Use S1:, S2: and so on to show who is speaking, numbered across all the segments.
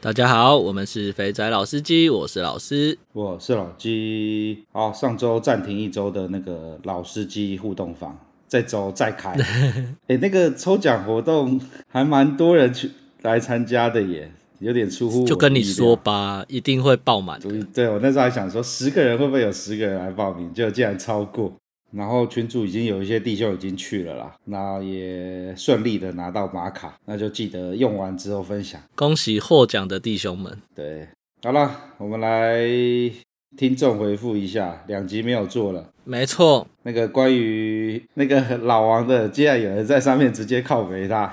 S1: 大家好，我们是肥仔老司机，我是老师。
S2: 我是老鸡，好，上周暂停一周的那个老司机互动房，这周再开。 哎、那个抽奖活动还蛮多人去来参加的耶，有点出乎我
S1: 就跟你
S2: 意料
S1: 说吧，一定会爆满的。
S2: 对对，我那时候还想说，十个人会不会有十个人来报名，结果竟然超过。然后群主已经有一些弟兄已经去了啦，那也顺利的拿到玛卡，那就记得用完之后分享。
S1: 恭喜获奖的弟兄们，
S2: 对，好了，我们来听众回复一下，两集没有做了。
S1: 没错，
S2: 那个关于那个老王的，竟然有人在上面直接靠肥他，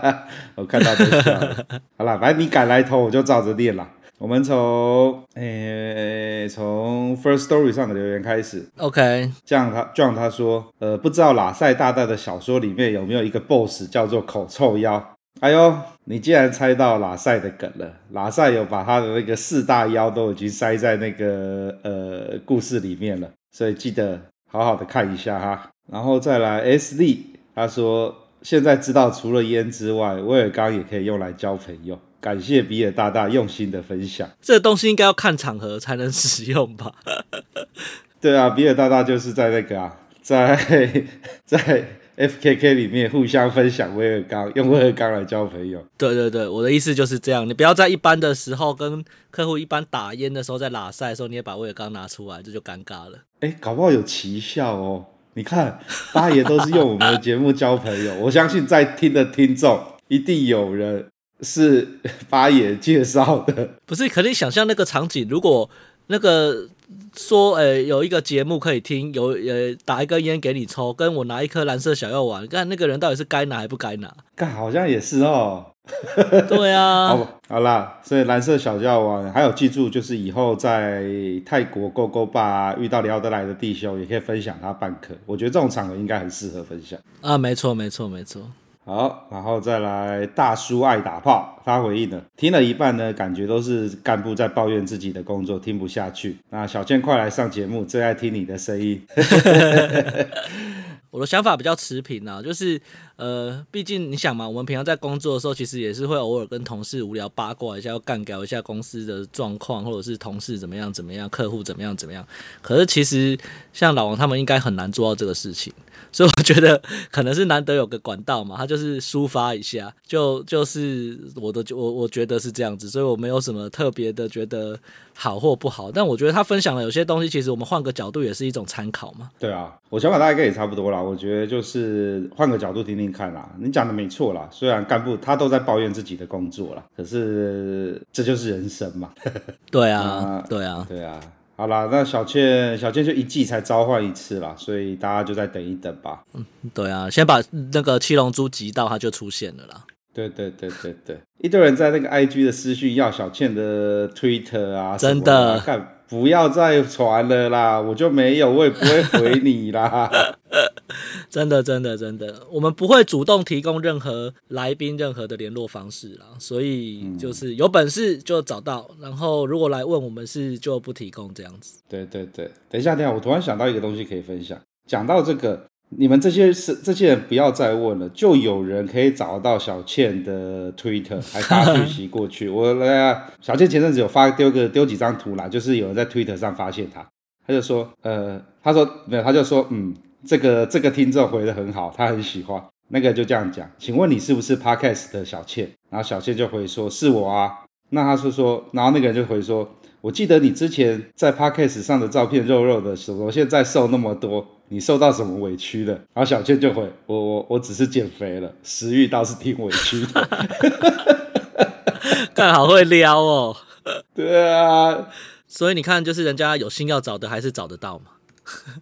S2: 我看到都笑了。好了，反正你敢来投，我就照着念啦。我们从诶从 First Story 上的留言开始，
S1: OK，
S2: 这样他这样他说，呃，不知道拉塞大大的小说里面有没有一个 BOSS 叫做口臭妖？哎呦，你竟然猜到拉塞的梗了！拉塞有把他的那个四大妖都已经塞在那个呃故事里面了，所以记得好好的看一下哈。然后再来 S D，他说现在知道除了烟之外，威尔刚也可以用来交朋友。感谢比尔大大用心的分享。
S1: 这东西应该要看场合才能使用吧？
S2: 对啊，比尔大大就是在那个啊，在 在 FKK 里面互相分享威尔刚，用威尔刚来交朋友。
S1: 对对对，我的意思就是这样，你不要在一般的时候跟客户一般打烟的时候，在拉塞的时候，你也把威尔刚拿出来，这就尴尬了。
S2: 哎，搞不好有奇效哦！你看，八爷都是用我们的节目交朋友，我 相信在听的听众一定有人是八爷介绍的。
S1: 不是，可你想象那个场景，如果那个说，呃，有一个节目可以听，有呃打一根烟给你抽，跟我拿一颗蓝色小药丸，看那个人到底是该拿还不该拿？
S2: 看，好像也是哦。
S1: 对
S2: 好
S1: 啊，
S2: 吧，哦好啦，所以蓝色小药丸，还有记住，就是以后在泰国勾勾吧遇到聊得来的弟兄，也可以分享他半颗。我觉得这种场合应该很适合分享。
S1: 啊，没错没错没错，
S2: 好，然后再来大叔爱打炮，他回应了，听了一半呢，感觉都是干部在抱怨自己的工作，听不下去。那小健快来上节目，最爱听你的声音。
S1: 我的想法比较持平啊，就是呃，毕竟你想嘛，我们平常在工作的时候，其实也是会偶尔跟同事无聊八卦一下，要干聊一下公司的状况，或者是同事怎么样怎么样，客户怎么样怎么样。可是其实像老王他们应该很难做到这个事情，所以我觉得可能是难得有个管道嘛，他就是抒发一下，就就是我的我我觉得是这样子，所以我没有什么特别的觉得好或不好，但我觉得他分享的有些东西，其实我们换个角度也是一种参考嘛。
S2: 对啊，我想法大概也差不多啦。我觉得就是换个角度听听看啦。你讲的没错啦，虽然干部他都在抱怨自己的工作啦，可是这就是人生 嘛。
S1: 对啊
S2: 啊，
S1: 对啊。
S2: 对啊，好啦，那小倩小倩就一季才召唤一次啦，所以大家就再等一等吧。
S1: 对啊，先把那个七龙珠集到，它就出现了啦。
S2: 对对对对对，一堆人在那个 IG 的私讯要小倩的 Twitter 啊，
S1: 真
S2: 什么啊
S1: 的
S2: 干不要再传了啦，我就没有，我也不会回你 啦。
S1: 真的，真的，真的，我们不会主动提供任何来宾任何的联络方式啦，所以就是有本事就找到，然后如果来问我们是就不提供这样子。
S2: 对对对，等一下，等一下，我突然想到一个东西可以分享。讲到这个，你们这些是这些人不要再问了，就有人可以找到小倩的 Twitter，还发讯息过去。我来，啊小倩前阵子有发丢个丢几张图啦，就是有人在 Twitter 上发现她，她就说，呃，她说没有，她就说，嗯，这个这个听众回的很好，她很喜欢。那个就这样讲，请问你是不是 Podcast 的小倩？然后小倩就回说，是我啊。那他是说，然后那个人就回说，我记得你之前在 podcast 上的照片肉肉的时候，现在瘦那么多，你受到什么委屈了？然后小倩就回我我我只是减肥了，食欲倒是挺委屈的。
S1: 干好会撩哦，
S2: 对啊，
S1: 所以你看，就是人家有心要找的，还是找得到嘛。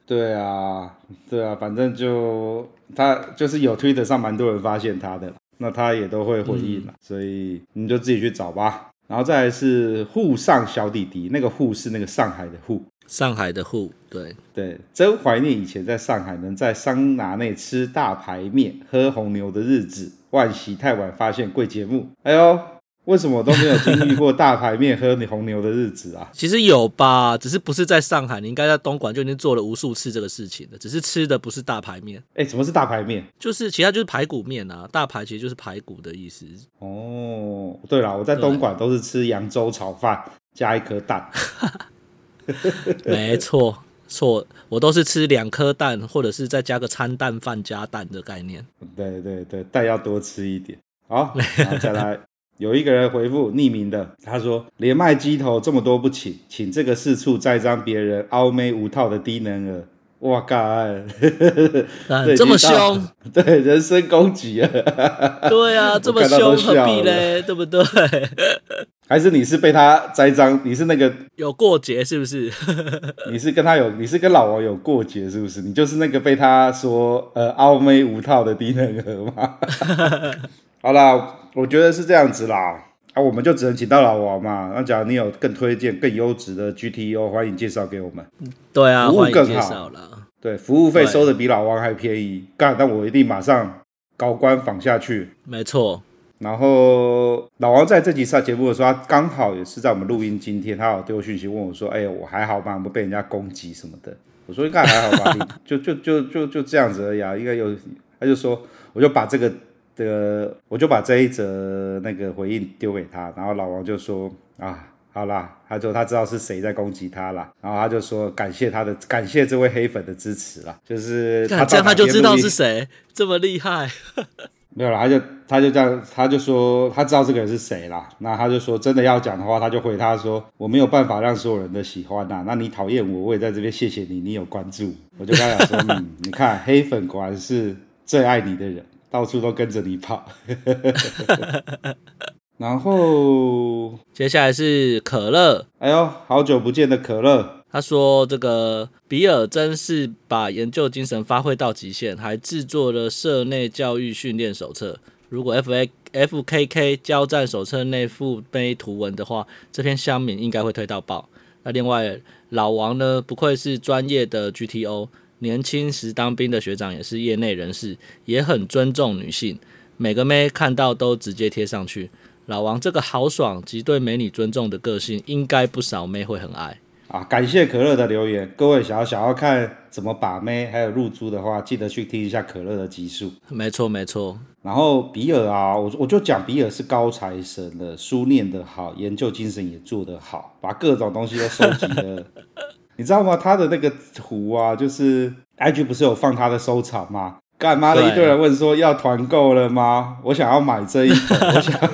S2: 对啊，对啊，反正就他就是有推特上蛮多人发现他的，那他也都会回应啦，所以你就自己去找吧。然后再来是沪上小弟弟，那个沪是那个上海的沪，
S1: 上海的 Who，对，
S2: 对，真怀念以前在上海能在桑拿内吃大排面、喝红牛的日子。万喜太晚发现贵节目，哎呦，为什么都没有经历过大排面、喝你红牛的日子啊？
S1: 其实有吧，只是不是在上海，你应该在东莞就已经做了无数次这个事情了，只是吃的不是大排面，
S2: 哎，什么是大排面？
S1: 就是其他就是排骨面啊，大排其实就是排骨的意思，
S2: 哦，对了，我在东莞都是吃扬州炒饭加一颗蛋。
S1: 没错。错，我都是吃两颗蛋，或者是再加个餐蛋饭加蛋的 概念。
S2: 对对对，蛋要多吃一点。好，然后再来，有一个人回复匿名的，他说：“连卖鸡头这么多不请，请这个四处栽赃别人凹妹无套的低能儿。”哇 干，
S1: 啊
S2: 已经
S1: 这么
S2: 到
S1: 凶，
S2: 对人身攻击啊！
S1: 对啊，这么
S2: 看到
S1: 凶
S2: 都
S1: 何
S2: 笑
S1: 必
S2: 了
S1: 嘞？对不对？
S2: 还是你是被他栽赃？你是那个，
S1: 有过节是不是？
S2: 你是跟他有，你是跟老王有过节是不是？你就是那个被他说呃凹妹无套的低能儿吗？ 好啦，我觉得是这样子啦。啊，我们就只能请到老王嘛。那假如你有更推荐、更优质的 GTO，欢迎介绍给我们。
S1: 对啊，
S2: 服务
S1: 欢迎
S2: 更
S1: 介
S2: 好
S1: 绍啦。
S2: 对，服务费
S1: 对
S2: 收的比老王还便宜，干，那我一定马上高官访下去。
S1: 没错，
S2: 然后老王在这集上节目的时候，他刚好也是在我们录音今天，他有丢讯息问我说：“哎、我还好吧？我被人家攻击什么的。”我说：“应该还好吧， 你就就就就就这样子而已啊，应该有。”他就说：“我就把这个这个，我就把这一则那个回应丢给他。”啊然后老王就说：“啊。”好啦，他就他知道是谁在攻击他啦，然后他就说感谢他的感谢这位黑粉的支持啦，就是他
S1: 干这样
S2: 到
S1: 他
S2: 哪
S1: 就
S2: 边
S1: 知道
S2: 录音
S1: 是谁，这么厉害。
S2: 没有啦，他就他就这样，他就说他知道这个人是谁啦。那他就说真的要讲的话，他就回他说我没有办法让所有人都喜欢呐、那你讨厌我，我也在这边谢谢你，你有关注。我就跟他讲说，嗯，你看黑粉果然是最爱你的人，到处都跟着你跑。然后，
S1: 接下来是可乐，
S2: 哎呦，好久不见的可乐，
S1: 他说：“这个比尔真是把研究精神发挥到极限，还制作了社内教育训练手册。如果 F A F K K 交战手册内附杯图文的话，这篇乡民应该会推到爆。那另外，老王呢，不愧是专业的 G T O，年轻时当兵的学长，也是业内人士，也很尊重女性，每个妹看到都直接贴上去。老王这个豪爽及对美女尊重的个性，应该不少妹会很爱。”
S2: 啊，感谢可乐的留言。各位想要想要看怎么把妹，还有入猪的话，记得去听一下可乐的集数。
S1: 没错，没错，
S2: 然后比尔啊，我我就讲比尔是高材生的，书念得好，研究精神也做得好，把各种东西都收集 了。你知道吗？他的那个图啊，就是 IG 不是有放他的收藏吗？干妈的
S1: 对
S2: 一堆人问说要团购了吗？我想要买这一本， 我想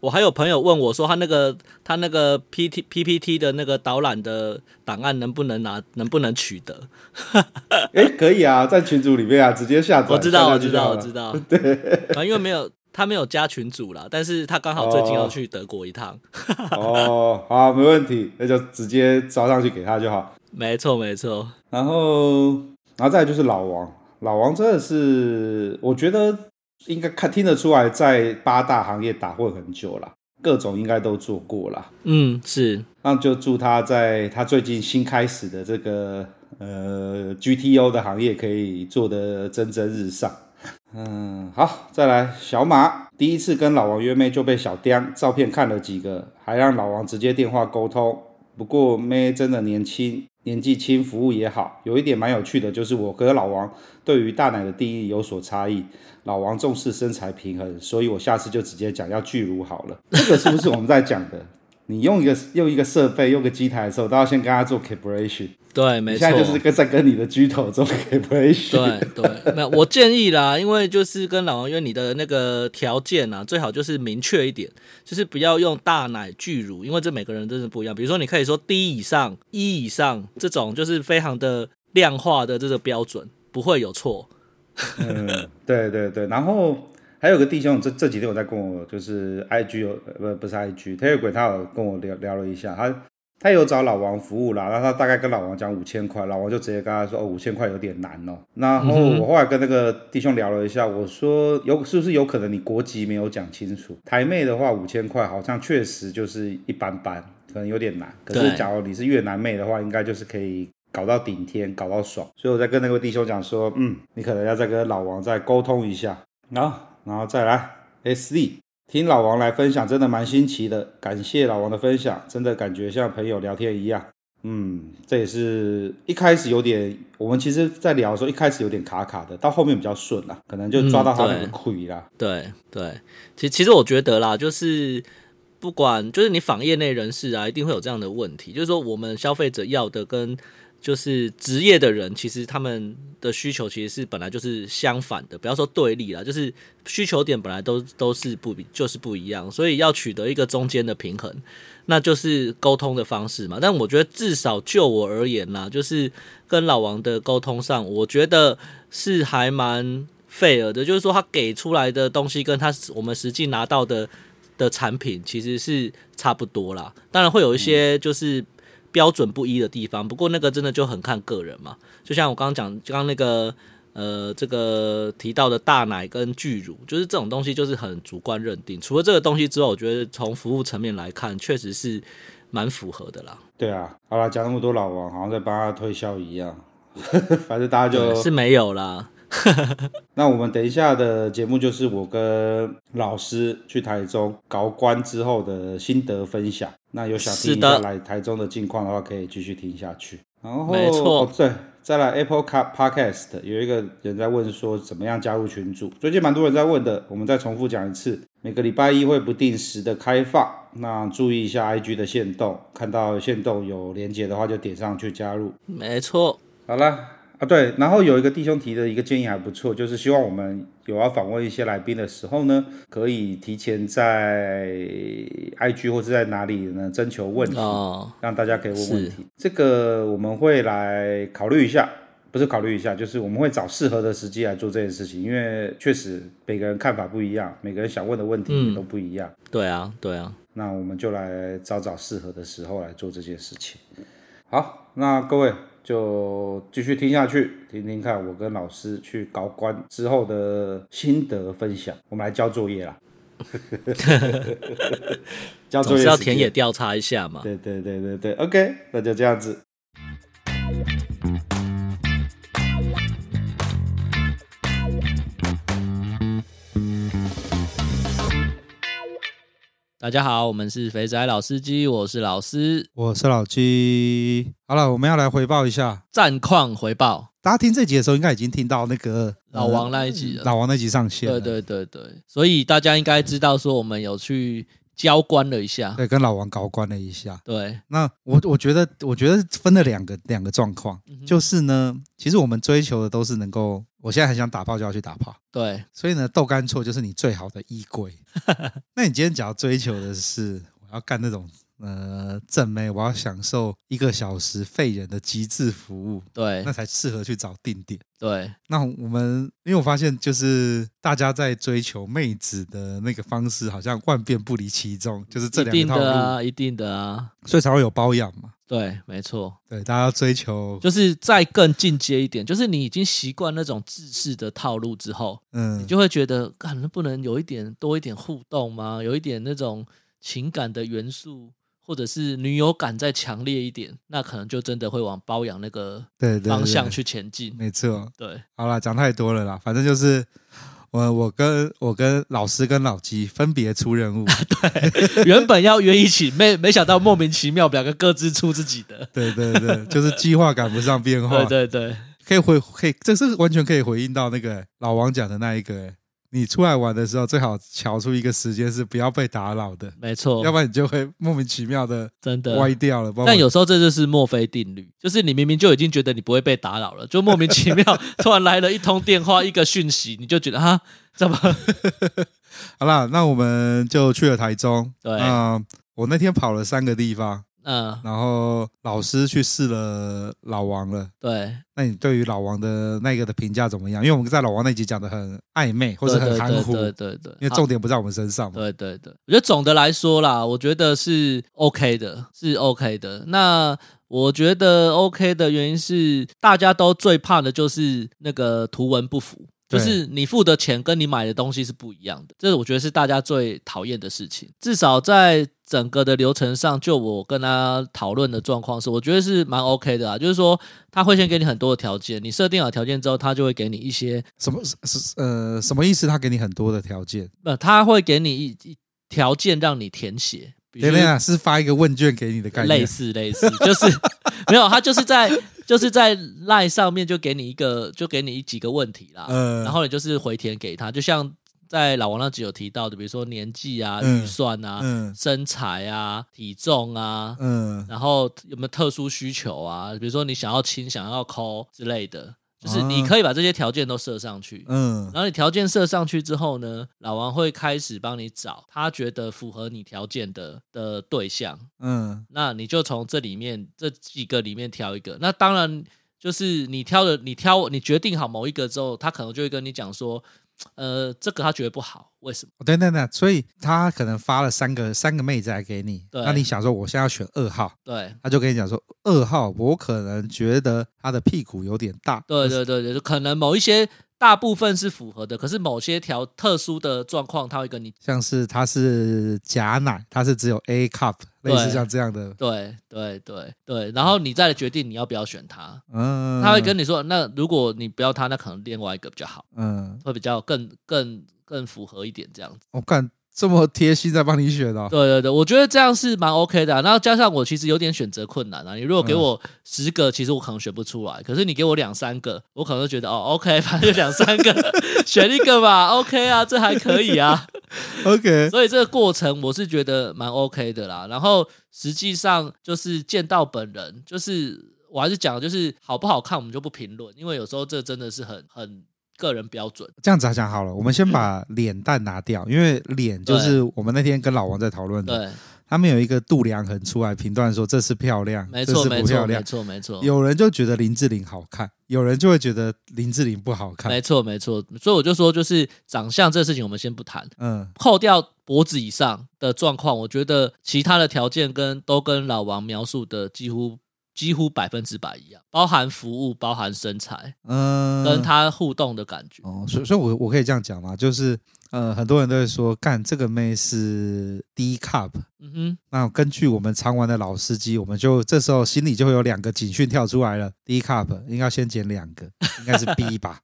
S1: 我还有朋友问我说，他那个他那个 P T P P T 的那个导览的档案能不能拿，能不能取得？
S2: 哎可以啊，在群组里面啊，直接下载。
S1: 我知道，我
S2: 下载
S1: 知
S2: 就好
S1: 道，
S2: 了
S1: 我知道。对，啊，因为没有他没有加群组啦，但是他刚好最近要去德国一趟。
S2: 哦，好，没问题，那就直接抓上去给他就好。
S1: 没错，没错，
S2: 然后，然后再来就是老王，老王真的是，我觉得应该看听得出来，在八大行业打混很久了，各种应该都做过了。
S1: 嗯，是
S2: 那就祝他在他最近新开始的这个呃 GTO 的行业可以做得蒸蒸日上。嗯，好，再来小马，第一次跟老王约妹就被小刁照片看了几个，还让老王直接电话沟通。不过妹真的年轻，年纪轻，服务也好。有一点蛮有趣的，就是我和老王对于大奶的定义有所差异。老王重视身材平衡，所以我下次就直接讲要巨乳好了。这个是不是我们在讲的？你用一个用一个设备，用个机台的时候，都要先跟他做 calibration。
S1: 对，
S2: 你
S1: 没错
S2: 现在。就是跟在跟你的居头做 calibration。
S1: 对对，那我建议啦，因为就是跟老王约你的那个条件啊，最好就是明确一点，就是不要用大奶巨乳，因为这每个人真的不一样。比如说，你可以说低以上、一以上这种，就是非常的量化的这个标准，不会有错。
S2: 嗯，对对对，然后还有个弟兄，这这几天我在跟我就是 IG 有呃不不是 IG Telegram，他有跟我聊聊了一下，他他有找老王服务啦，然后他大概跟老王讲五千块，老王就直接跟他说哦五千块有点难哦。然后我后来跟那个弟兄聊了一下，我说有是不是有可能你国籍没有讲清楚？台妹的话五千块好像确实就是一般般，可能有点难。可是
S1: 对
S2: 假如你是越南妹的话，应该就是可以。搞到顶天，搞到爽，所以我在跟那位弟兄讲说，嗯，你可能要再跟老王再沟通一下，然后，然后再来 S D，听老王来分享真的蛮新奇的，感谢老王的分享，真的感觉像朋友聊天一样。嗯，这也是一开始有点，我们其实在聊的时候一开始有点卡卡的，到后面比较顺了，可能就抓到他那个
S1: 嗯
S2: 亏啦。
S1: 对对，其其实我觉得啦，就是不管就是你访业内人士啊，一定会有这样的问题，就是说我们消费者要的跟就是职业的人，其实他们的需求其实是本来就是相反的，不要说对立啦，就是需求点本来都都是不比就是不一样，所以要取得一个中间的平衡，那就是沟通的方式嘛。但我觉得至少就我而言啦，就是跟老王的沟通上，我觉得是还蛮 fair 的，就是说他给出来的东西跟他我们实际拿到的的产品其实是差不多啦。当然会有一些就是标准不一的地方，不过那个真的就很看个人嘛。就像我刚刚讲，刚刚那个。呃，这个提到的大奶跟巨乳，就是这种东西，就是很主观认定。除了这个东西之外，我觉得从服务层面来看，确实是蛮符合的啦。
S2: 对啊，好啦，讲那么多老王，好像在帮他推销一样， 反正大家就是
S1: 没有啦，
S2: 那我们等一下的节目就是我跟老师去台中搞关之后的心得分享。那有想听一
S1: 是
S2: 下
S1: 的
S2: 来台中的近况的话，可以继续听下去。然后，
S1: 没错
S2: 哦，对，再来 Apple Car Podcast 有一个人在问说怎么样加入群组，最近蛮多人在问的，我们再重复讲一次。每个礼拜一会不定时的开放，那注意一下 IG 的限动，看到限动有连接的话就点上去加入。
S1: 没错，
S2: 好啦，啊对，然后有一个弟兄提的一个建议还不错，就是希望我们有要访问一些来宾的时候呢，可以提前在 IG 或是在哪里呢征求问题，
S1: 哦，
S2: 让大家可以问问题。这个我们会来考虑一下，不是考虑一下，就是我们会找适合的时机来做这件事情，因为确实每个人看法不一样，每个人想问的问题也都不一样。
S1: 对啊，对啊，
S2: 那我们就来找找适合的时候来做这件事情。好，那各位就继续听下去，听听看我跟老师去搞关之后的心得分享。我们来交作 业啦， 交作
S1: 总
S2: 业
S1: 是要
S2: 时间
S1: 田野。调查一下嘛。
S2: 对对对对对，OK，那就这样子。
S1: 大家好，我们是肥仔老司机，我是老师。
S2: 我是老鸡。好了，我们要来回报一下，
S1: 战况回报，
S2: 大家听这集的时候，应该已经听到那个呃
S1: 老王那一集了。
S2: 嗯老啊王那集上线
S1: 对对对对，所以大家应该知道说我们有去交关了一下。
S2: 对，跟老王搞关了一下。
S1: 对，
S2: 那我我觉得，我觉得分了两个两个状况，
S1: 嗯哼
S2: 就是呢，其实我们追求的都是能够，我现在很想打炮就要去打炮，
S1: 对，
S2: 所以呢，豆干错就是你最好的衣 柜。那你今天只要追求的是我要干那种呃正妹，我要享受一个小时废人的极致服务，
S1: 对
S2: 那，才适合去找定点。
S1: 对，
S2: 那我们因为我发现，就是大家在追求妹子的那个方式，好像万变不离其宗，就是这
S1: 一
S2: 两
S1: 定
S2: 套路，
S1: 的啊，一定的啊。
S2: 所以才会有包养嘛。
S1: 对，没错，
S2: 对，大家要追求
S1: 就是再更进阶一点，就是你已经习惯那种制式的套路之后，
S2: 嗯
S1: 你，就会觉得，可能不能有一点多一点互动吗？有一点那种情感的元素，或者是女友感再强烈一点，那可能就真的会往包养那个
S2: 对对
S1: 方向
S2: 对
S1: 去前进。
S2: 没错。
S1: 对
S2: 好啦，讲太多了啦，反正就是我我跟我跟老师跟老鸡分别出任 务，
S1: 原本要约一起，没没想到莫名其妙两个各自出自己 的。
S2: 对对对，就是计划赶不上变化，
S1: 对对对，
S2: 可以回可以，这是完全可以回应到那个、老王讲的那一个、欸你出来玩的时候最好瞧出一个时间是不要被打扰的，
S1: 没错
S2: 要，不然你就会莫名其妙的
S1: 真的。
S2: 歪掉了。包括
S1: 哦但有时候这就是墨菲定律，就是你明明就已经觉得你不会被打扰了，就莫名其妙 突然来了一通电话、一个讯息，你就觉得啊，怎么
S2: 好啦，那我们就去了台中，
S1: 对
S2: 那我那天跑了三个地方，
S1: 嗯，
S2: 然后老师去试了老王了。
S1: 对，
S2: 那你对于老王的那个的评价怎么样？因为我们在老王那集讲的很暧昧或
S1: 对
S2: 者
S1: 对
S2: 很含
S1: 对
S2: 糊，
S1: 对对对，
S2: 因为
S1: 好
S2: 重点不在我们身上嘛。
S1: 对对对，我觉得总的来说啦，我觉得是 OK 的，是 OK 的。那我觉得 OK 的原因是，大家都最怕的就是那个图文不符，就
S2: 对
S1: 是你付的钱跟你买的东西是不一样的，这我觉得是大家最讨厌的事情。至少在整个的流程上，就我跟他讨论的状况是，我觉得是蛮 OK 的啊。就是说，他会先给你很多的条件，你设定好条件之后，他就会给你一些
S2: 什么是是呃什么意思？他给你很多的条件，
S1: 呃，他会给你一一条件让你填写，比如
S2: 对啊，是发一个问卷给你的概
S1: 类
S2: 念。
S1: 似类似， 就是没有他就是在就是在赖上面就给你一个就给你几个问题啦，
S2: 呃
S1: 然后你就是回填给他，就像在老王那集有提到的，比如说年纪啊、
S2: 嗯
S1: 预算啊、
S2: 嗯
S1: 身材啊、体重啊。
S2: 嗯，
S1: 然后有没有特殊需求啊？比如说你想要亲、想要抠之类的，就是
S2: 啊
S1: 你可以把这些条件都设上去。
S2: 嗯
S1: 然后你条件设上去之后呢，老王会开始帮你找他觉得符合你条件的的对象，
S2: 嗯
S1: 那你就从这里面这几个里面挑一个。那当然就是你挑的，你挑你决定好某一个之后，他可能就会跟你讲说，呃，这个他觉得不好，为什么？
S2: 哦对对对，所以他可能发了三个三个妹子来给你，
S1: 对
S2: 那你想说我现在要选二号，
S1: 对。
S2: 他就跟你讲说二号我可能觉得他的屁股有点大，
S1: 对对对对，就可能某一些大部分是符合的，可是某些条特殊的状况，他会跟你
S2: 像是他是假奶，他是只有 A cup，类似
S1: 对
S2: 像这样的，
S1: 对对对对，然后你再来决定你要不要选他，
S2: 嗯，
S1: 他会跟你说，那如果你不要他，那可能另外一个比较好。
S2: 嗯，
S1: 会比较更更更符合一点这样子。
S2: 我看这么贴心在帮你选哦，
S1: 对对对，我觉得这样是蛮 OK 的啊、然后加上我其实有点选择困难啊，你如果给我十个，其实我可能选不出来。可是你给我两三个，我可能就觉得哦 OK，反正就两三个 选一个吧，OK 啊，这还可以啊。
S2: OK，
S1: 所以这个过程我是觉得蛮 OK 的啦。然后实际上就是见到本人，就是我还是讲，就是好不好看我们就不评论，因为有时候这真的是很很个人标准。
S2: 这样子来啊讲好了，我们先把脸蛋拿掉，因为脸就是我们那天跟老王在讨论的，
S1: 对，
S2: 他们有一个度量衡出来评断说这是漂亮，
S1: 没
S2: 这
S1: 错
S2: 是
S1: 没
S2: 不漂
S1: 错没
S2: 亮。
S1: 错没错。
S2: 有人就觉得林志玲好看，有人就会觉得林志玲不好看
S1: 没。错，没错。所以我就说，就是长相这事情我们先不谈，
S2: 嗯，
S1: 扣掉脖子以上的状况，我觉得其他的条件跟都跟老王描述的几乎几乎百分之百一样，包含服务，包含身材，
S2: 嗯，
S1: 跟他互动的感觉。
S2: 哦，所以所以我我可以这样讲嘛，就是呃，很多人都会说，干这个妹是 D cup。
S1: 嗯
S2: 那根据我们常玩的老司机，我们就这时候心里就会有两个警讯跳出来了。D cup 应该先减两个，应该是 B 吧，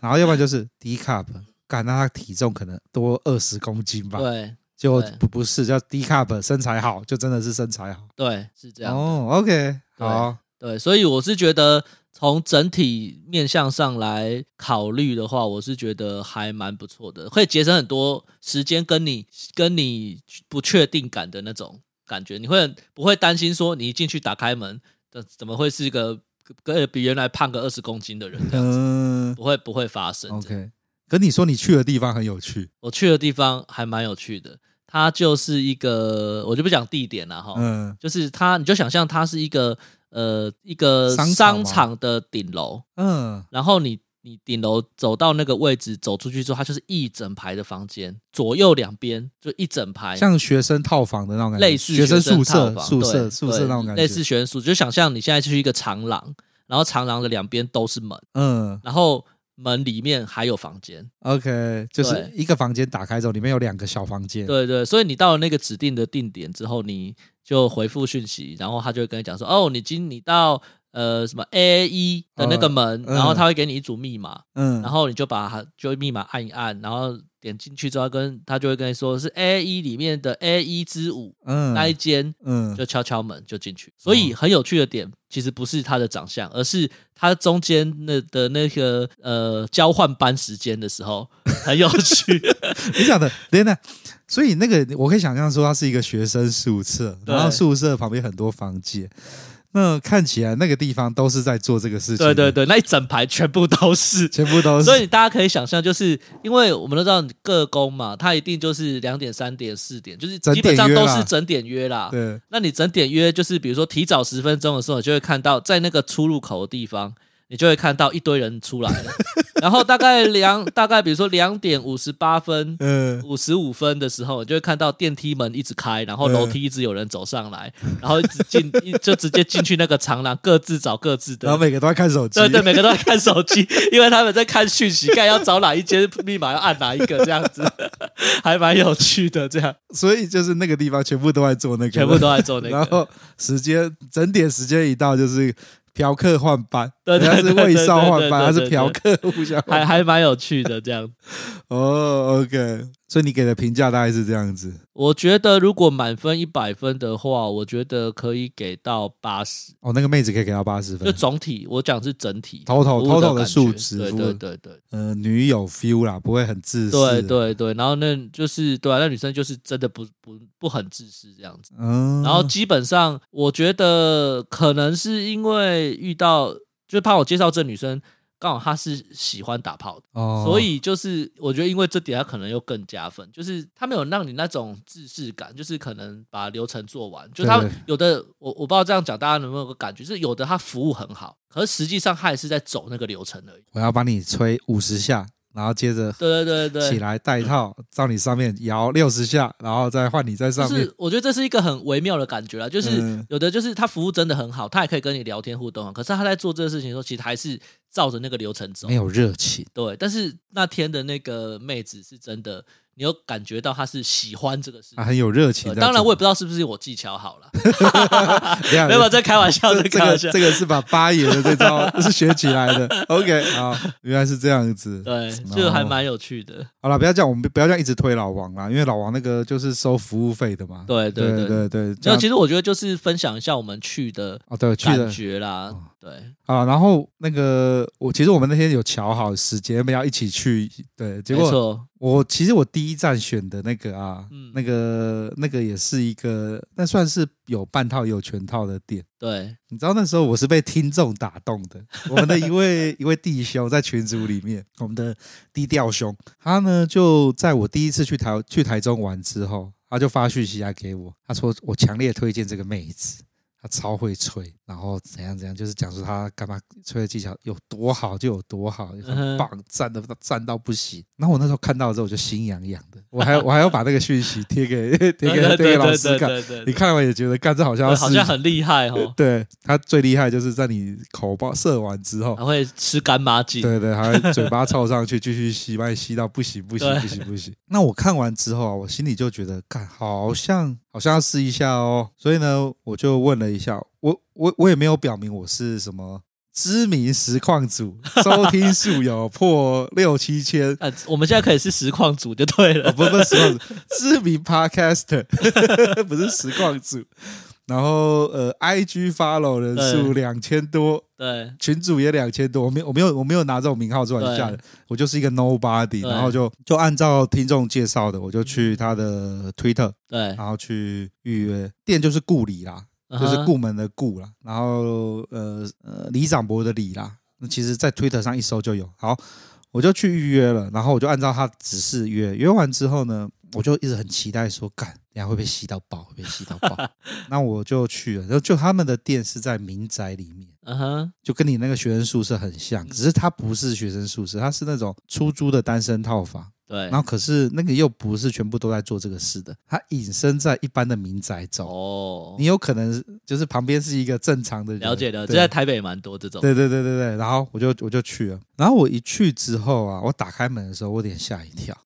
S2: 然后要不然就是 D cup，干那他体重可能多二十公斤吧
S1: 哼，，对
S2: 就
S1: 对
S2: 不不是叫 D cup 身材好，就真的是身材好。
S1: 对，是这样。
S2: 哦，OK，
S1: 对
S2: 好，
S1: 对，所以我是觉得从整体面向上来考虑的话，我是觉得还蛮不错的，会节省很多时间跟你跟你不确定感的那种感觉，你会很不会担心说你一进去打开门，怎怎么会是一个跟比原来胖个二十公斤的人这样子？
S2: 嗯
S1: 不会不会发生这样。
S2: ，OK。可你说你去的地方很有趣，
S1: 我去的地方还蛮有趣的，它就是一个我就不讲地点了哈，
S2: 嗯
S1: 就是它你就想象它是一个呃一个
S2: 商场
S1: 商
S2: 吗
S1: 场的顶楼，
S2: 嗯
S1: 然后你你顶楼走到那个位置，走出去之后，它就是一整排的房间，左右两边就一整排，
S2: 像学生套房的那种感觉，
S1: 类似
S2: 学生宿
S1: 套
S2: 舍、
S1: 房
S2: 宿
S1: 对
S2: 舍、宿舍
S1: 对
S2: 那种感觉，
S1: 类似学生宿舍，就想象你现在去一个长廊，然后长廊的两边都是门，
S2: 嗯
S1: 然后门里面还有房间，
S2: ，OK，就是
S1: 对
S2: 一个房间打开之后，里面有两个小房间，
S1: 对对，所以你到了那个指定的定点之后，你就回复讯息，然后他就会跟你讲说，哦，你今你到。呃，什么 A 一的那个
S2: 哦
S1: 门，
S2: 嗯
S1: 然后他会给你一组密码，
S2: 嗯，
S1: 然后你就把它就密码按一按，然后点进去之后跟，他就会跟你说是 A 一里面的 A 一之五、
S2: 嗯
S1: 那一间，
S2: 嗯哦
S1: 就敲敲门就进去。所以很有趣的点，其实不是他的长相，而是他中间那的那个呃交换班时间的时候很有趣。
S2: 你讲的，等等，所以那个我可以想象说，它是一个学生宿舍，
S1: 对
S2: 然后宿舍旁边很多房间。那看起来那个地方都是在做这个事情。
S1: 对对，对，那一整排全部都 是。
S2: 全部都是。
S1: 所以大家可以想象，就是因为我们都知道各工嘛，它一定就是两点、三点、四点，就是基本上都是整点约啦。
S2: 对
S1: 那你整点约就是，比如说提早十分钟的时候，你就会看到在那个出入口的地方，你就会看到一堆人出来了。然后大概两大概比如说两点五十八分、
S2: 嗯，
S1: 五十五分的时候，你就会看到电梯门一直开，然后楼梯一直有人走上来，然后一直进一就直接进去那个长廊，各自找各自
S2: 然后
S1: 的。
S2: 每个都在看手机。
S1: 对对，每个都在看手机， 因为他们在看讯息，看要找哪一间密码，要按哪一个，这样子 还蛮有趣的。这样
S2: 所以就是那个地方全部都在做那个，
S1: 全部都在做那
S2: 然
S1: 个，
S2: 后时间整点时间一到，就是嫖客换班，
S1: 对对
S2: 人家是
S1: 对
S2: 卫
S1: 对
S2: 少
S1: 对
S2: 换
S1: 对
S2: 班，
S1: 对
S2: 他是
S1: 对
S2: 嫖客互相换
S1: 还还蛮有趣的。这样，
S2: 哦，OK，所以你给的评价大概是这样子
S1: 我觉得如果满分一百分的话，我觉得可以给到八十。
S2: 哦，那个妹子可以给到八十
S1: 就
S2: 分，
S1: 总体，我讲是整体
S2: ，total
S1: 服务
S2: total
S1: 感
S2: 的
S1: 觉
S2: 数值，
S1: 对
S2: 服务
S1: 对对对
S2: 呃，女友 feel 啦，不会很自私，
S1: 对，对对。然后那就是对啊，那女生就是真的不不不很自私这样子。
S2: 嗯，
S1: 然后基本上，我觉得可能是因为遇到，就是怕我介绍这女生，刚好她是喜欢打炮的，
S2: 哦，
S1: 所以就是我觉得因为这点，她可能又更加分，就是她没有让你那种自视感，就是可能把流程做完，就是她
S2: 对
S1: 有的我我不知道这样讲大家能不能有个感觉，就是有的她服务很好，可是实际上她也是在走那个流程而已。
S2: 我要把你吹五十下，然后接着
S1: 对对对
S2: 起
S1: 对。
S2: 来带套，照你上面摇六十下，然后再换你在
S1: 就
S2: 上面
S1: 是，我觉得这是一个很微妙的感觉啦，就是
S2: 嗯
S1: 有的就是他服务真的很好，他也可以跟你聊天互动啊，可是他在做这个事情的时候，其实还是照着那个流程走
S2: 没。有热情，
S1: 对，但是那天的那个妹子是真的，你有感觉到她是喜欢这个事情。
S2: 啊，很有热情
S1: 对
S2: 在做。
S1: 当然，我也不知道是不是我技巧好 了，
S2: 没
S1: 没有在开玩笑，
S2: 这
S1: 在
S2: 这
S1: 开玩
S2: 个
S1: 笑。
S2: 这个是把八爷的这 招是学起来的。OK，好，原来是这样子。
S1: 对，
S2: 哦
S1: 就还蛮有趣的。
S2: 好了，不要这样，我们不要这样一直推老王啦，因为老王那个就是收服务费的嘛。
S1: 对对
S2: 对
S1: 对
S2: 对对，这
S1: 然后
S2: 样
S1: 其实我觉得就是分享一下我们去的
S2: 哦对去
S1: 感
S2: 的
S1: 觉啦，对，
S2: 啊，然后那个我其实我们那天有瞧好时间，我们要一起去，对，结
S1: 没
S2: 果
S1: 错，
S2: 我其实我第一站选的那个啊，
S1: 嗯
S2: 那个那个也是一个，那算是有半套也有全套的店。
S1: 对，
S2: 你知道那时候我是被听众打动 的，我们的一位一位弟兄在群组里面，我们的低调兄，他呢就在我第一次去台去台中玩之后，他就发讯息来给我，他说我强烈推荐这个妹子，她超会吹，然后怎样怎样，就是讲说她干嘛吹的技巧有多好就有多好，
S1: 嗯
S2: 很棒，赞的赞到不行。然后我那时候看到之后我就心痒痒的，我还我还要把那个讯息贴给贴给贴给
S1: 对对
S2: 老
S1: 对
S2: 师
S1: 对
S2: 看，
S1: 对对
S2: 你
S1: 对，
S2: 看完也觉得干这好像要
S1: 对好
S2: 试
S1: 像很厉害哦，
S2: 对他最厉害就是在你口爆射完之后
S1: 还，会吃干妈鸡，
S2: 对对，还会嘴巴凑上去继续吸，把你吸到不行不行
S1: 对
S2: 不行不行。那我看完之后啊，我心里就觉得，干好像好像要试一下哦。所以呢，我就问了一下，我我我也没有表明我是什么知名实况组，收听数有破六七千，
S1: 呃，我们现在可以是实况组就对
S2: 哦，
S1: 了。
S2: 不不是实况组，知名 podcaster，不 是实况组。然后呃，IG follow 人数两千多，
S1: 对
S2: 群主也两千多，我没有我没有我没有拿这种名号做玩笑的
S1: 对，
S2: 我就是一个 nobody，
S1: 对
S2: 然后就就按照听众介绍的，我就去他的 Twitter，
S1: 对，
S2: 然后去预约店就是顾里啦，啊就是
S1: 嗯哼
S2: 顾门的顾啦，然后呃呃李长博的李啦，那其实在 Twitter 上一搜就有。好，我就去预约了，然后我就按照他指示约，约完之后呢，我就一直很期待说，干，等一下会被吸到爆，会被吸到 爆。那我就去了，然后就他们的店是在民宅里面。
S1: 嗯哼，
S2: 就跟你那个学生宿舍很
S1: 嗯
S2: 像，只是它不是学生宿舍，它是那种出租的单身套房。
S1: 对
S2: 然，后可是那个又不是全部都在做这个事的，它隐身在一般的民宅中。
S1: 哦
S2: 你，有可能就是旁边是一个正常的人，
S1: 了解了解，
S2: 对
S1: 这在台北也蛮多这种，
S2: 对对对对对，然后我就我就去了，然后我一去之后啊，我打开门的时候，我有点吓一 跳，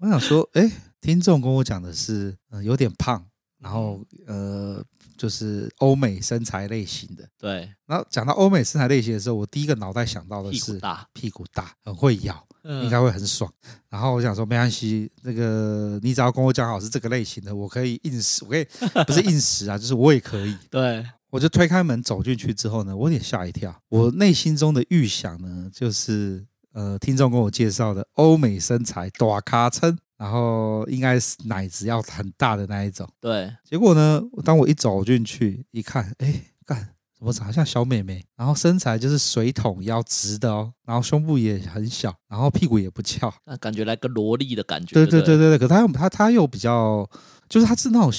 S2: 我想说，哎，听众跟我讲的是，嗯、有点胖，然后呃，就是欧美身材类型的，
S1: 对，
S2: 然后讲到欧美身材类型的时候，我第一个脑袋想到的
S1: 屁
S2: 是
S1: 股大，
S2: 屁股大很会咬，
S1: 嗯
S2: 应该会很爽。然后我想说没关系，那个你只要跟我讲好是这个类型的，我可以硬食，我可以不是硬食啊， 就是我也可以。
S1: 对，
S2: 我就推开门走进去之后呢，我有点吓一跳。我内心中的预想呢，就是呃，听众跟我介绍的欧美身材大咖撑，然后应该是奶子要很大的那一种。
S1: 对，
S2: 结果呢，当我一走进去一看，哎，干怎么长得像小妹妹，然后身材就是水桶腰直的哦，然后胸部也很小，然后屁股也不翘，
S1: 那感觉来个萝莉的感觉。
S2: 对
S1: 对
S2: 对对对对，可她又她她又比较，就是她是那种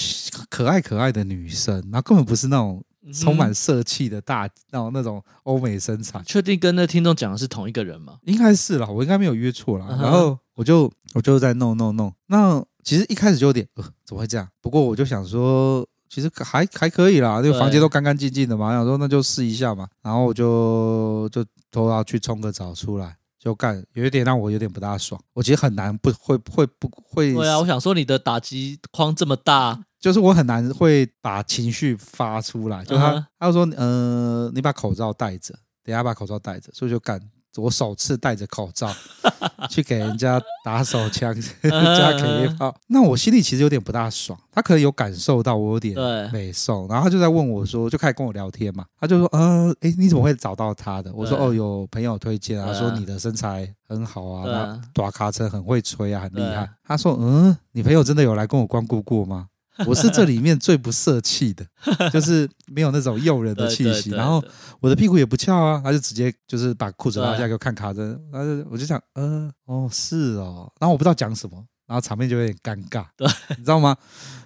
S2: 可爱可爱的女生，然后根本不是那种
S1: 对
S2: 充满
S1: 嗯
S2: 色气的大、那种那种欧美身材，
S1: 确定跟那听众讲的是同一个人吗？
S2: 应该是啦，我应该没有约错啦。
S1: 嗯哼
S2: 然后我就我就在弄弄弄。那其实一开始就有点呃，怎么会这样？不过我就想说，其实还还可以啦，那个
S1: 对
S2: 房间都干干净净的嘛，想说那就试一下嘛。然后我就就都要去冲个澡出来。就干有一点让我有点不大爽，我其实很难不会会不会，
S1: 对啊，我想说你的打击框这么大，
S2: 就是我很难会把情绪发出来。就他、
S1: 嗯哼
S2: 他就说，呃，你把口罩戴着，等一下把口罩戴着，所以就敢我首次戴着口 罩去给人家打手枪
S1: 嗯
S2: 加 K 炮，那我心里其实有点不大爽。他可能有感受到我有点
S1: 对
S2: 美送，然后他就在问我说，就开始跟我聊天嘛，他就说，呃，诶，你怎么会找到他的？我说，
S1: 对
S2: 哦，有朋友推荐啊，
S1: 对啊
S2: 说你的身材很好啊，
S1: 对啊
S2: 那短卡车很会吹啊，很厉
S1: 对
S2: 害
S1: 啊。
S2: 他说，嗯，你朋友真的有来跟我光顾过吗？ 我是这里面最不色气的，就是没有那种诱人的
S1: 对
S2: 气
S1: 对
S2: 息，
S1: 对
S2: 然后
S1: 对
S2: 我的屁股也不翘啊，他就直接就是把裤子拉下
S1: 对
S2: 给我看卡针，然后就我就想，呃，哦是哦，然后我不知道讲什么，然后场面就有点尴尬，
S1: 对，
S2: 你知道吗？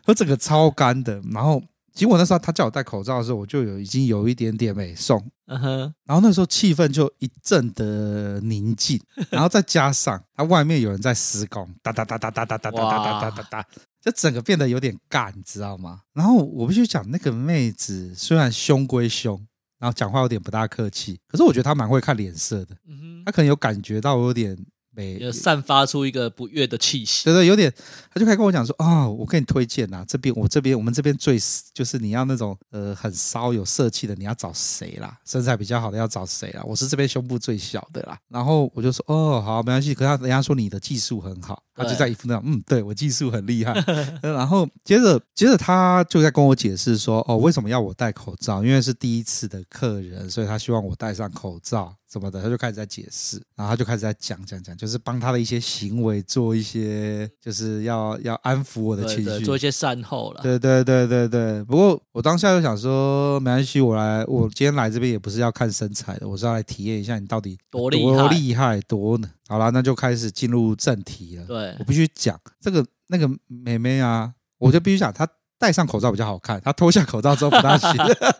S2: 我整个超干的，然后其实我那时候他叫我戴口罩的时候，我就有已经有一点点美送，
S1: 嗯哼，
S2: 然后那时候气氛就一阵的宁静，然后再加上它外面有人在施工，哒哒哒哒哒哒哒哒哒哒哒哒，就整个变得有点尬，你知道吗？然后我必须讲，那个妹子虽然凶归凶，然后讲话有点不大客气，可是我觉得她蛮会看脸色的，
S1: 嗯
S2: 她
S1: 哼，
S2: 可能有感觉到我有点没
S1: 有散发出一个不悦的气息。
S2: 觉得有点，他就开始跟我讲说啊、我给你推荐呐、这边我这边我们这边最就是你要那种呃很骚有色气的，你要找谁啦？身材比较好的要找谁啦？我是这边胸部最小的啦。然后我就说哦好没关系，可是他人家说你的技术很好，他就
S1: 对
S2: 在一副那种嗯对我技术很厉害。然后接着接着他就在跟我解释说哦为什么要我戴口罩？因为是第一次的客人，所以他希望我戴上口罩。什么的，他就开始在解释，然后他就开始在讲讲讲，就是帮他的一些行为做一些，就是要要安抚我的
S1: 对
S2: 情
S1: 对，
S2: 绪，
S1: 做一些善后了。
S2: 对对对对对，不过我当下就想说，没关系，我来，我今天来这边也不是要看身材的，我是要来体验一下你到底
S1: 多厉
S2: 多
S1: 害
S2: 厉害多呢。好啦，那就开始进入正题了。
S1: 对
S2: 我必须讲这个那个妹妹啊，我就必须讲她戴上口罩比较好看，她脱下口罩之后不大行。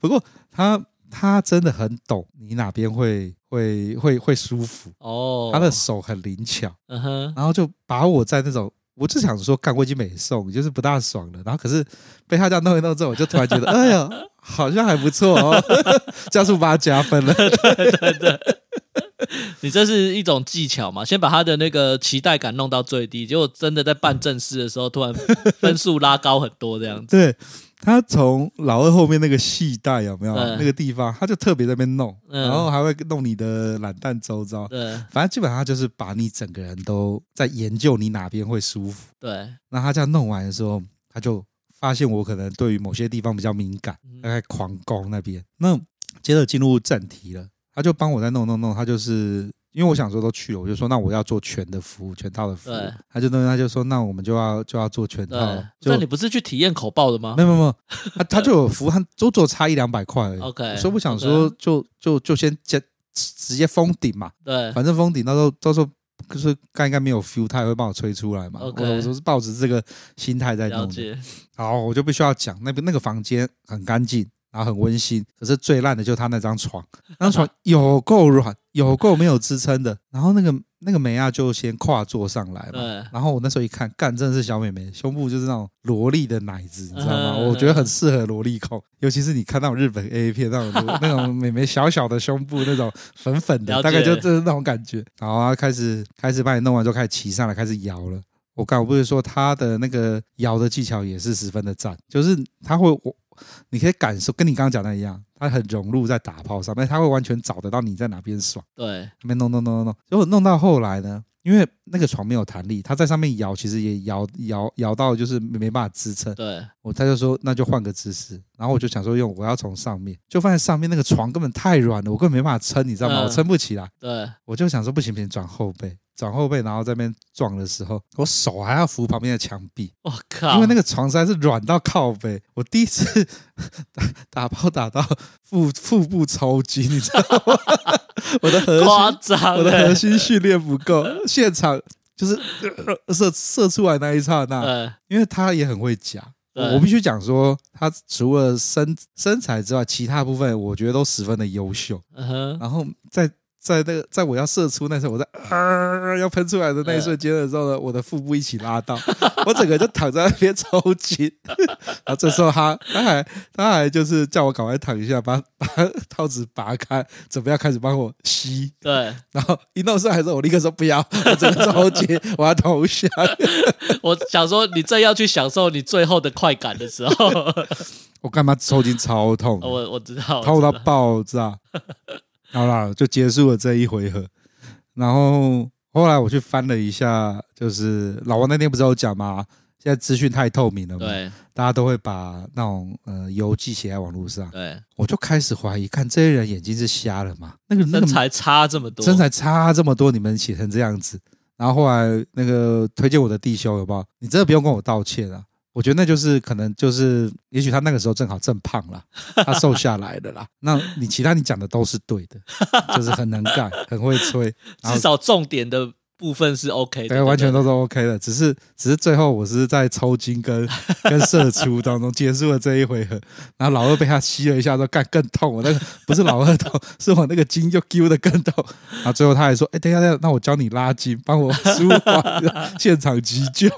S2: 不过她她真的很懂你哪边会会会会舒服，
S1: 哦，
S2: 她的手很灵巧。
S1: 嗯哼，
S2: 然后就把我在那种，我就想说，干我已经美送，就是不大爽了。然后可是被他这样弄一弄之后，我就突然觉得， 哎呀，好像还不错哦， 加速把他加分了。
S1: 你这是一种技巧嘛？先把他的那个期待感弄到最低，结果真的在办正事的时候， 突然分数拉高很多这样子。
S2: 对他从老二后面那个系带有没有
S1: 嗯
S2: 那个地方，他就特别在那边弄，
S1: 嗯
S2: 然后还会弄你的懒蛋周遭。
S1: 对
S2: 反正基本上他就是把你整个人都在研究你哪边会舒服。
S1: 对，
S2: 那他这样弄完的时候，他就发现我可能对于某些地方比较敏感，
S1: 嗯
S2: 大概狂攻那边。那接着进入正题了，他就帮我在弄弄弄，他就是因为我想说都去了，我就说那我要做全的服务，全套的服务
S1: 对。
S2: 他就弄，他就说那我们就要就要做全套
S1: 对，，
S2: 就
S1: 那你不是去体验口爆的吗
S2: 没有没有没 有，他他就有服务，他都做差一两百块而已。
S1: ？OK，
S2: 所以我想说
S1: OK，
S2: 就就就先接直接封顶嘛，
S1: 对，
S2: 反正封顶到时候到时候就是干一干没有 feel，他也会帮我吹出来嘛。
S1: OK
S2: 我我都是抱着这个心态在
S1: 了
S2: 弄的。
S1: 解，
S2: 好，我就必须要讲，那个那个房间很干净，然后很温馨。可是最烂的就是他那张床，那张床有够软，有够没有支撑的。然后那个那个梅亚就先跨坐上来嘛。
S1: 对，
S2: 然后我那时候一看，干，真的是小美眉，胸部就是那种萝莉的奶子，你知道吗？
S1: 嗯
S2: 我觉得很适合萝莉控，尤其是你看到日本 A 片那种萝那种美眉小小的胸部，那种粉粉的，
S1: 了
S2: 大概
S1: 解
S2: 就就是那种感觉。然后她开始开始把你弄完之后，开始骑上来，开始摇了。我刚我不是说她的那个摇的技巧也是十分的赞，就是她会我。你可以感受，跟你刚刚讲的一样，她很融入在打炮上面，她会完全找得到你在哪边爽。
S1: 对，
S2: 那边弄弄弄弄弄，结果弄到后来呢，因为那个床没有弹力，他在上面摇，其实也摇摇摇到就是没没办法支撑，
S1: 对，
S2: 我他就说那就换个姿势，然后我就想说用我要从上面，就发现上面那个床根本太软了，我根本没办法撑，你知道吗？
S1: 嗯
S2: 我撑不起来，
S1: 对，
S2: 我就想说不行不行，转后背，转后背，然后在那边撞的时候，我手还要扶旁边的墙壁，
S1: 我靠，
S2: 因为那个床实在是软到靠背。我第一次 打打包打到腹腹部抽筋，你知道吗？ 我的核
S1: 夸
S2: 心，
S1: 张欸，
S2: 我的核心训练不够， 现场就是呃射射出来那一刹那，
S1: 呃，
S2: 因为他也很会夹。
S1: 对
S2: 我我必须讲说，他除了身身材之外，其他部分我觉得都十分的优秀。
S1: 嗯哼，
S2: 然后在在那个在我要射出那时候，我在啊要喷出来的那一瞬间的时候呢，我的腹部一起拉到， 我整个就躺在那边抽筋。 然后这时候他他还他还就是叫我赶快躺一下，把把 套子拔开，准备要开始帮我吸。
S1: 对
S2: 然后一弄上来之后，我立刻说不要， 我整个抽筋， 我要投降。
S1: 我想说，你正要去享受你最后的快感的时 候，
S2: 我干嘛抽筋超痛的？
S1: 哦我我知道，我
S2: 痛
S1: 知
S2: 到
S1: 道
S2: 爆炸。 好啦，就结束了这一回合。然后后来我去翻了一下，就是老王那天不是有讲吗？现在资讯太透明了嘛，
S1: 对
S2: 大家都会把那种呃游记写在网络上，
S1: 对，
S2: 我就开始怀疑，看这些人眼睛是瞎了吗？那个那
S1: 身
S2: 个
S1: 材差这么多，
S2: 身材差这么多，你们写成这样子。然后后来那个推荐我的弟兄有没有？你真的不用跟我道歉啊！我觉得那就是可能就是，也许他那个时候正好正胖了， 他瘦下来的啦。那你其他你讲的都是对的，就是很能干，很会吹，然
S1: 至
S2: 后
S1: 少重点的部分是 OK 的，
S2: 对
S1: 不
S2: 完全都是 OK 的。只是只是最后我是在抽筋 跟跟射出当中结束了这一回合，然后老二被他吸了一下之后，干更痛。我那个不是老二痛，是我那个筋就揪的更痛。然后最后他还说：“哎、等一下，等一下，那我教你拉筋，帮我舒缓，现场急 救。”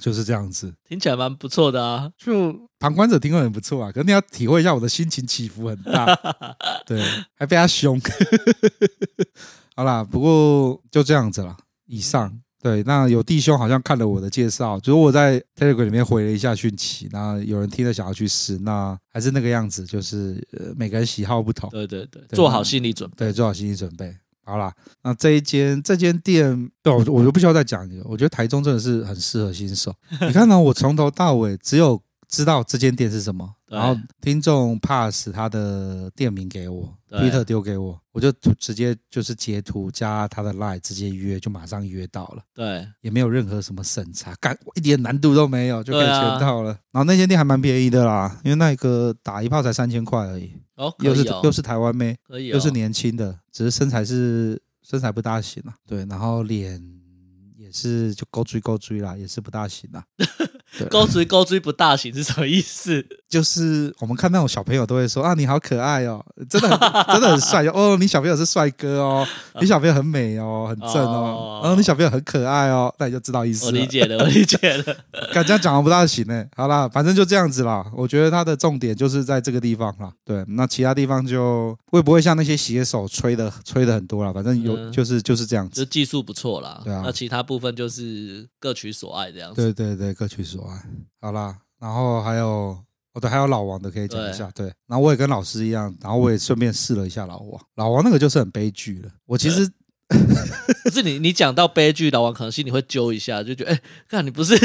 S2: 就是这样子，
S1: 听起来蛮不错的啊。
S2: 就旁观者听会很不错啊。可是你要体会一下我的心情起伏很大，对，还被他凶。 好啦，不过就这样子啦。以上对，那有弟兄好像看了我的介绍，就是我在 Telegram 里面回了一下讯息，那有人听了想要去试，那还是那个样子，就是呃每个人喜好不同，
S1: 对对对，
S2: 对
S1: 做好心理准备。
S2: 对，做好心理准备。好啦，那这一间这间店，对我我就不需要再讲一个，我觉得台中真的是很适合新 手。你看呢、我从头到尾只有知道这间店是什么，
S1: 对
S2: 然后听众 pass 他的店名给我，
S1: 对
S2: 推特丢给我，我就直接就是截图加他的 line 直接约，就马上约到了。
S1: 对
S2: 也没有任何什么审查，干一点难度都没有就可以
S1: 对
S2: 签
S1: 啊
S2: 到了。然后那间店还蛮便宜的啦，因为那个打一炮才三千块而已，
S1: 哦，可
S2: 又是
S1: 以哦，
S2: 又是台湾妹，
S1: 可以哦，
S2: 又是年轻的，只是身材是身材不大行啊。对，然后脸也是就勾追勾追啦，也是不大行啊。对
S1: 勾追勾追不大型是什么意思？
S2: 就是我们看那种小朋友都会说啊，你好可爱哦， 真的很真的很帅哦，你小朋友是帅哥 哦，你小朋友很美哦，很正哦
S1: 哦，
S2: 然后你小朋友很可爱哦，那你就知道意思
S1: 我
S2: 了
S1: 理。解了，我理解 了。
S2: 敢这样讲的不大行呢、好啦，反正就这样子啦。我觉得它的重点就是在这个地方啦。对，那其他地方就会不会像那些写手吹的吹的很多啦，反正有、
S1: 嗯
S2: 就是就是这样
S1: 就
S2: 子。
S1: 技术不错啦，
S2: 对啊
S1: 那其他部分就是各取所爱这样
S2: 对
S1: 子。
S2: 对对，各取所爱。好啦，然后还有哦对，还有老王的可以讲一下。对，然后我也跟老师一样，然后我也顺便试了一下老王。老王那个就是很悲剧了。我其实
S1: 可是你你讲到悲剧老王，可能心里会揪一下，就觉得哎，看、你不是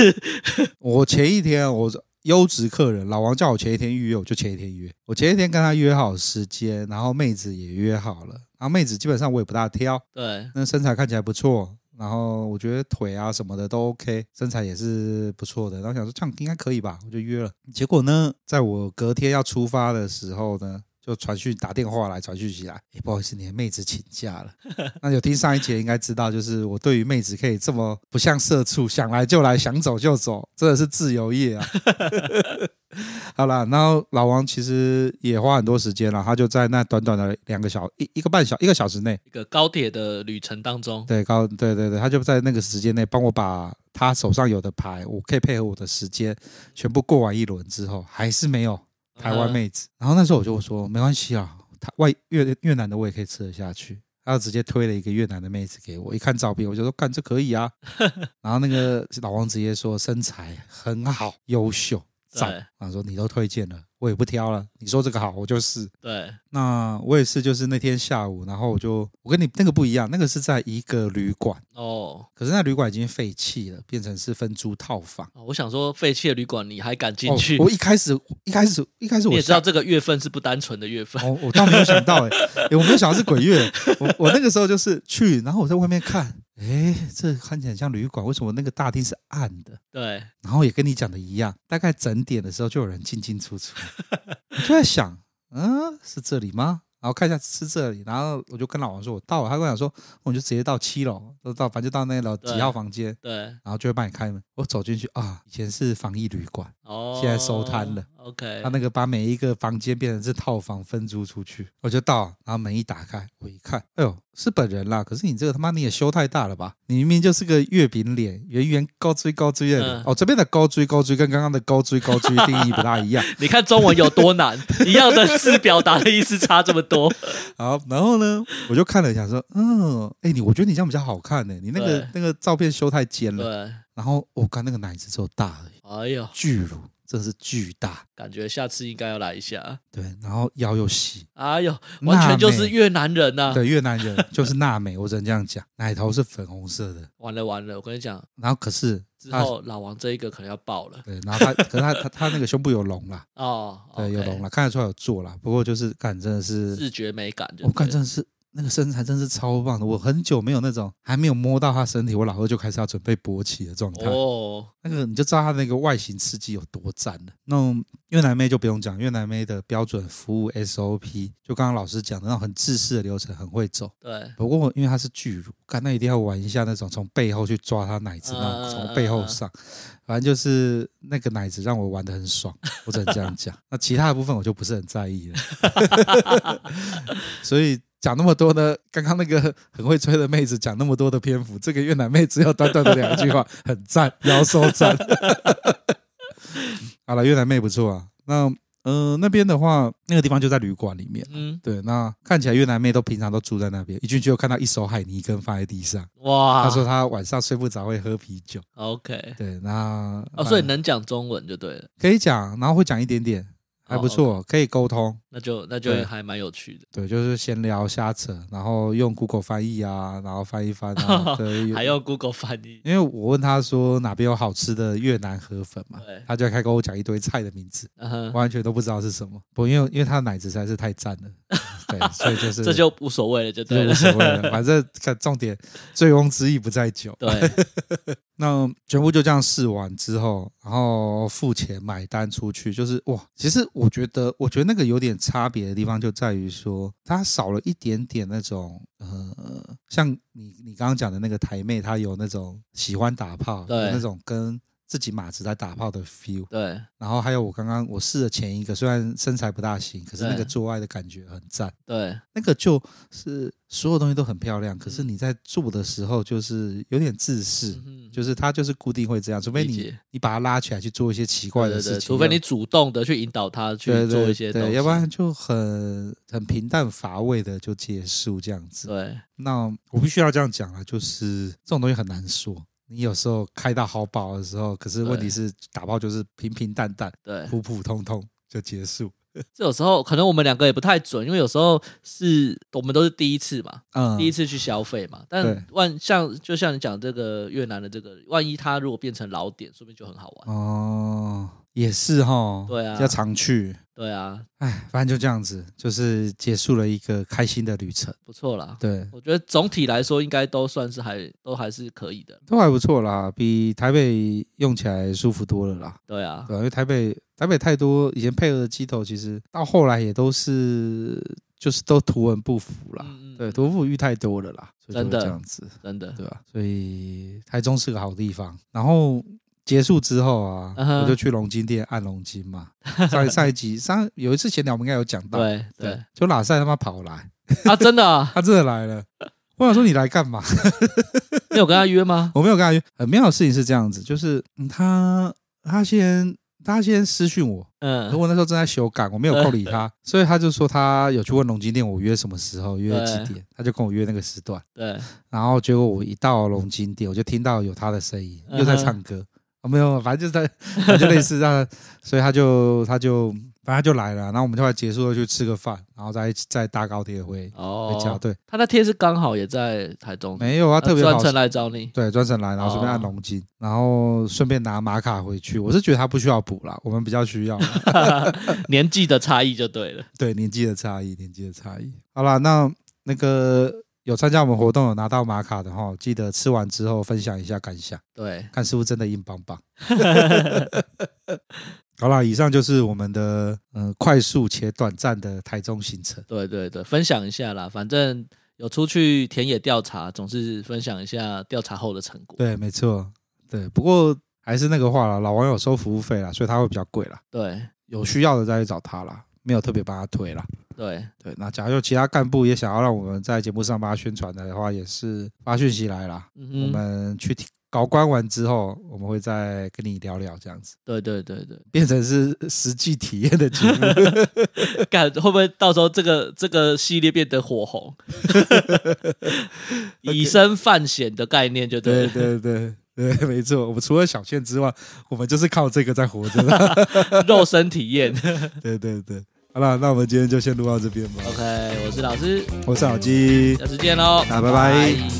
S2: 我前一天我优质客人老王叫我前一天预约，我就前一天约。我前一天跟他约好时间，然后妹子也约好了。然后妹子基本上我也不大挑，
S1: 对
S2: 那身材看起来不错，然后我觉得腿啊什么的都 OK，身材也是不错的。然后想说这样应该可以吧，我就约了。结果呢，在我隔天要出发的时候呢。就传讯打电话来传讯息来，哎，不好意思，你的妹子请假了。那有听上一节应该知道，就是我对于妹子可以这么不像社畜，想来就来，想走就走，真的是自由业啊。 好啦，然后老王其实也花很多时间了，他就在那短短的两个小一一个半小一个小时内，
S1: 一个高铁的旅程当中，
S2: 对，高对对对，他就在那个时间内帮我把他手上有的牌，我可以配合我的时间，全部过完一轮之后，还是没有台湾妹子。然后那时候我就说没关系啊，他外越越南的我也可以吃得下去。他就直接推了一个越南的妹子给我，一看照片我就说干这可以啊。然后那个老王直接说身材很好，优秀，赞
S1: 对。
S2: 啊，说你都推荐了，我也不挑了，你说这个好，我就试。
S1: 对，
S2: 那我也是，就是那天下午，然后我就我跟你那个不一样，那个是在一个旅馆，
S1: 哦，
S2: 可是那旅馆已经废弃了，变成是分租套房。
S1: 哦我想说废弃的旅馆你还敢进去？
S2: 哦，我一开始一开始一开始我
S1: 你也知道
S2: 下
S1: 这个月份是不单纯的月份，
S2: 哦，我倒没有想到哎、欸我没有想到是鬼月。我我那个时候就是去，然后我在外面看，哎，这看起来很像旅馆，为什么那个大厅是暗的？
S1: 对，
S2: 然后也跟你讲的一样，大概整点的时候就有人进进出出，我就在想，嗯，是这里吗？然后看一下是这里，然后我就跟老王说，我到了，他跟我讲说，我就直接到七楼，都到反正就到那楼
S1: 对
S2: 几号房间，
S1: 对，
S2: 然后就会帮你开门。我走进去啊，以前是防疫旅馆，
S1: 哦，
S2: 现在收摊了。
S1: OK，
S2: 他那个把每一个房间变成是套房分租出去，我就到，然后门一打开，我一看，哎呦，是本人啦！可是你这个他妈你也修太大了吧？你明明就是个月饼脸，圆圆高追高追的脸。
S1: 嗯
S2: 哦，这边的高追高追跟刚刚的高追高追定义不大 一样。
S1: 你看中文有多难，一样的字表达的意思差这么多。
S2: 好，然后呢，我就看了一下，说，嗯，哎，你我觉得你这样比较好看呢、你那个
S1: 对
S2: 那个照片修太尖了。
S1: 对，
S2: 然后我看那个奶子只有大而已，
S1: 哎呦，
S2: 巨乳真的是巨大，
S1: 感觉下次应该要来一下。
S2: 对，然后腰又细，
S1: 哎呦，完全就是越南人呐、
S2: 对，越南人就是娜美，我只能这样讲，奶头是粉红色的，
S1: 完了完了，我跟你讲，
S2: 然后可是
S1: 之
S2: 他
S1: 后老王这一个可能要爆了
S2: 对，然后 他可是他他他那个胸部有隆啦，
S1: 哦。
S2: 对，
S1: OK
S2: 有隆啦，看得出来有做啦，不过就是干真的是，
S1: 视觉美感就
S2: 我哦干
S1: 对
S2: 真的是那个身材真是超棒的，我很久没有那种还没有摸到他身体，我老二就开始要准备勃起的状态，
S1: 哦，
S2: 那个你就知道他那个外形刺激有多赞了。那种越南妹就不用讲，越南妹的标准服务 SOP，就刚刚老师讲的那种很制式的流程，很会走。
S1: 对
S2: 不过因为它是巨乳，干那一定要玩一下那种从背后去抓它奶子，那种
S1: 嗯
S2: 从背后上，反正就是那个奶子让我玩的很爽，我只能这样 讲。那其他的部分我就不是很在意了， 所以。讲那么多呢，刚刚那个很会吹的妹子讲那么多的篇幅，这个越南妹只有短短的两句话，很赞，腰收 赞。好了，越南妹不错啊。那呃那边的话，那个地方就在旅馆里面，
S1: 嗯，
S2: 对，那看起来越南妹都平常都住在那边，一进去就看到一手海泥根放在地上。
S1: 哇，
S2: 她说她晚上睡不着会喝啤酒。
S1: OK，
S2: 对，那呃
S1: 哦，所以能讲中文就对了，
S2: 可以讲，然后会讲一点点，
S1: 哦
S2: 还不错，可以沟通。
S1: 那就那就
S2: 对
S1: 还蛮有趣的。
S2: 对，就是闲聊瞎扯，然后用 Google 翻译啊，然后翻一翻 啊。对，
S1: 还用 Google 翻 译，
S2: 因为我问她说哪边有好吃的越南河粉嘛
S1: 对，
S2: 她就开始跟我讲一堆菜的名字，
S1: 嗯哼
S2: 完全都不知道是什么。不，因为因为她的奶子实在是太赞了，对，所以就是
S1: 这就无所谓了，就对
S2: 这
S1: 了
S2: 无。所谓了，反正看重点，醉翁之意不在酒。
S1: 对，
S2: 那全部就这样试完之后，然后付钱买单出去，就是哇，其实我觉得，我觉得那个有点差别的地方就在于说，它少了一点点那种呃，像你你刚刚讲的那个台妹，她有那种喜欢打炮，
S1: 对
S2: 有那种跟自己马子在打炮的 feel。
S1: 对，
S2: 然后还有我刚刚我试的前一个，虽然身材不大行，可是那个
S1: 对
S2: 做爱的感觉很赞。
S1: 对，嗯
S2: 那个就是所有东西都很漂亮，可是你在做的时候就是有点自私，
S1: 嗯
S2: 就是它就是固定会这样，除非
S1: 理
S2: 你
S1: 解
S2: 你把它拉起来去做一些奇怪的
S1: 对对
S2: 事情
S1: 对，，
S2: 要
S1: 除非你主动的去引导他去
S2: 对对
S1: 做一些东
S2: 对，
S1: 西，
S2: 要不然就很很平淡乏味的就结束这样子。
S1: 对
S2: 那我必须要这样讲啊，就是这种东西很难说。你有时候开到好饱的时候，可是问题
S1: 对
S2: 是打炮就是平平淡淡、
S1: 对，
S2: 普普通通就结束。
S1: 这有时候可能我们两个也不太准，因为有时候是我们都是第一次嘛，
S2: 嗯，
S1: 第一次去消费嘛。
S2: 对
S1: 但万像就像你讲这个越南的这个，万一他如果变成老点，说不定就很好玩。
S2: 嗯哦，也是哈，
S1: 对啊
S2: 要常去。
S1: 对啊，
S2: 哎，反正就这样子，就是结束了一个开心的旅程。
S1: 不错啦。
S2: 对，
S1: 我觉得总体来说应该都算是还都还是可以的。
S2: 都还不错啦，比台北用起来舒服多了啦。
S1: 对啊
S2: 对，吧？因为台北台北太多以前配合的机头，其实到后来也都是就是都图文不符啦。
S1: 嗯嗯
S2: 对，
S1: 嗯
S2: 图文不符遇太多了啦，所以就会
S1: 真的
S2: 这样子，
S1: 真的。
S2: 对 吧？所以台中是个好地方。然后结束之后啊
S1: 嗯哼
S2: 我就去龙筋店按龙筋嘛。上一上一集上有一次闲聊，我们应该有讲到，
S1: 对对
S2: 对，就拉塞他妈跑来。
S1: 啊，真的啊，
S2: 他真的来了。我想说你来干嘛？
S1: 你有跟他约吗？
S2: 我没有跟他约。很妙的事情是这样子，就是、嗯他他先他先私讯我， 可
S1: 嗯，
S2: 我那时候正在修改，我没有空理他，所以他就说他有去问龙金店我约什么时候，约几点，他就跟我约那个时段。
S1: 对，
S2: 然后结果我一到龙金店，我就听到有他的声音，
S1: 嗯哼
S2: 又在唱歌。啊，没有，反正就是他，反正就类似那，所以他就他就反正他就来了，然后我们就来结束了去吃个饭，然后再再搭高铁回
S1: 哦
S2: 回家。，对，
S1: 他那天是刚好也在台中，
S2: 没有啊，特别
S1: 专
S2: 好
S1: 程来 找你。
S2: 对，专程来，然后顺便按
S1: 哦
S2: 龙筋，然后顺便拿玛卡回去。我是觉得他不需要补啦，我们比较需要啦。
S1: 年纪的差异就对了。
S2: 对，年纪的差异，年纪的差异。好啦，那那个有参加我们活动有拿到玛卡的哈，记得吃完之后分享一下感想，
S1: 对，
S2: 看是不是真的硬邦邦。好啦，以上就是我们的嗯、呃快速且短暂的台中行程。
S1: 对对对，分享一下啦，反正有出去田野调查，总是分享一下调查后的成果。
S2: 对，没错，对。不过还是那个话啦，老王有收服务费啦，所以他会比较贵啦。
S1: 对
S2: 有需要的再去找他啦，没有特别帮他推啦。
S1: 对
S2: 对，那假如有其他干部也想要让我们在节目上帮他宣传的话，也是发讯息来啦。我
S1: 嗯哼，
S2: 们去听搞官完之后，我们会再跟你聊聊，这样子
S1: 对对对对，
S2: 变成是实际体验的节 目。
S1: 干会不会到时候这个这个系列变得 火红，以身犯险的概念就对
S2: 对对
S1: 了。
S2: 对对，没错。我们除了小倩之外，我们就是靠这个在活着的。
S1: 肉身体验。
S2: 对对对，好了，那我们今天就先录到这边吧。
S1: OK，我是老师，
S2: 我是老鸡，
S1: 下次见喽，
S2: 好拜拜
S1: 拜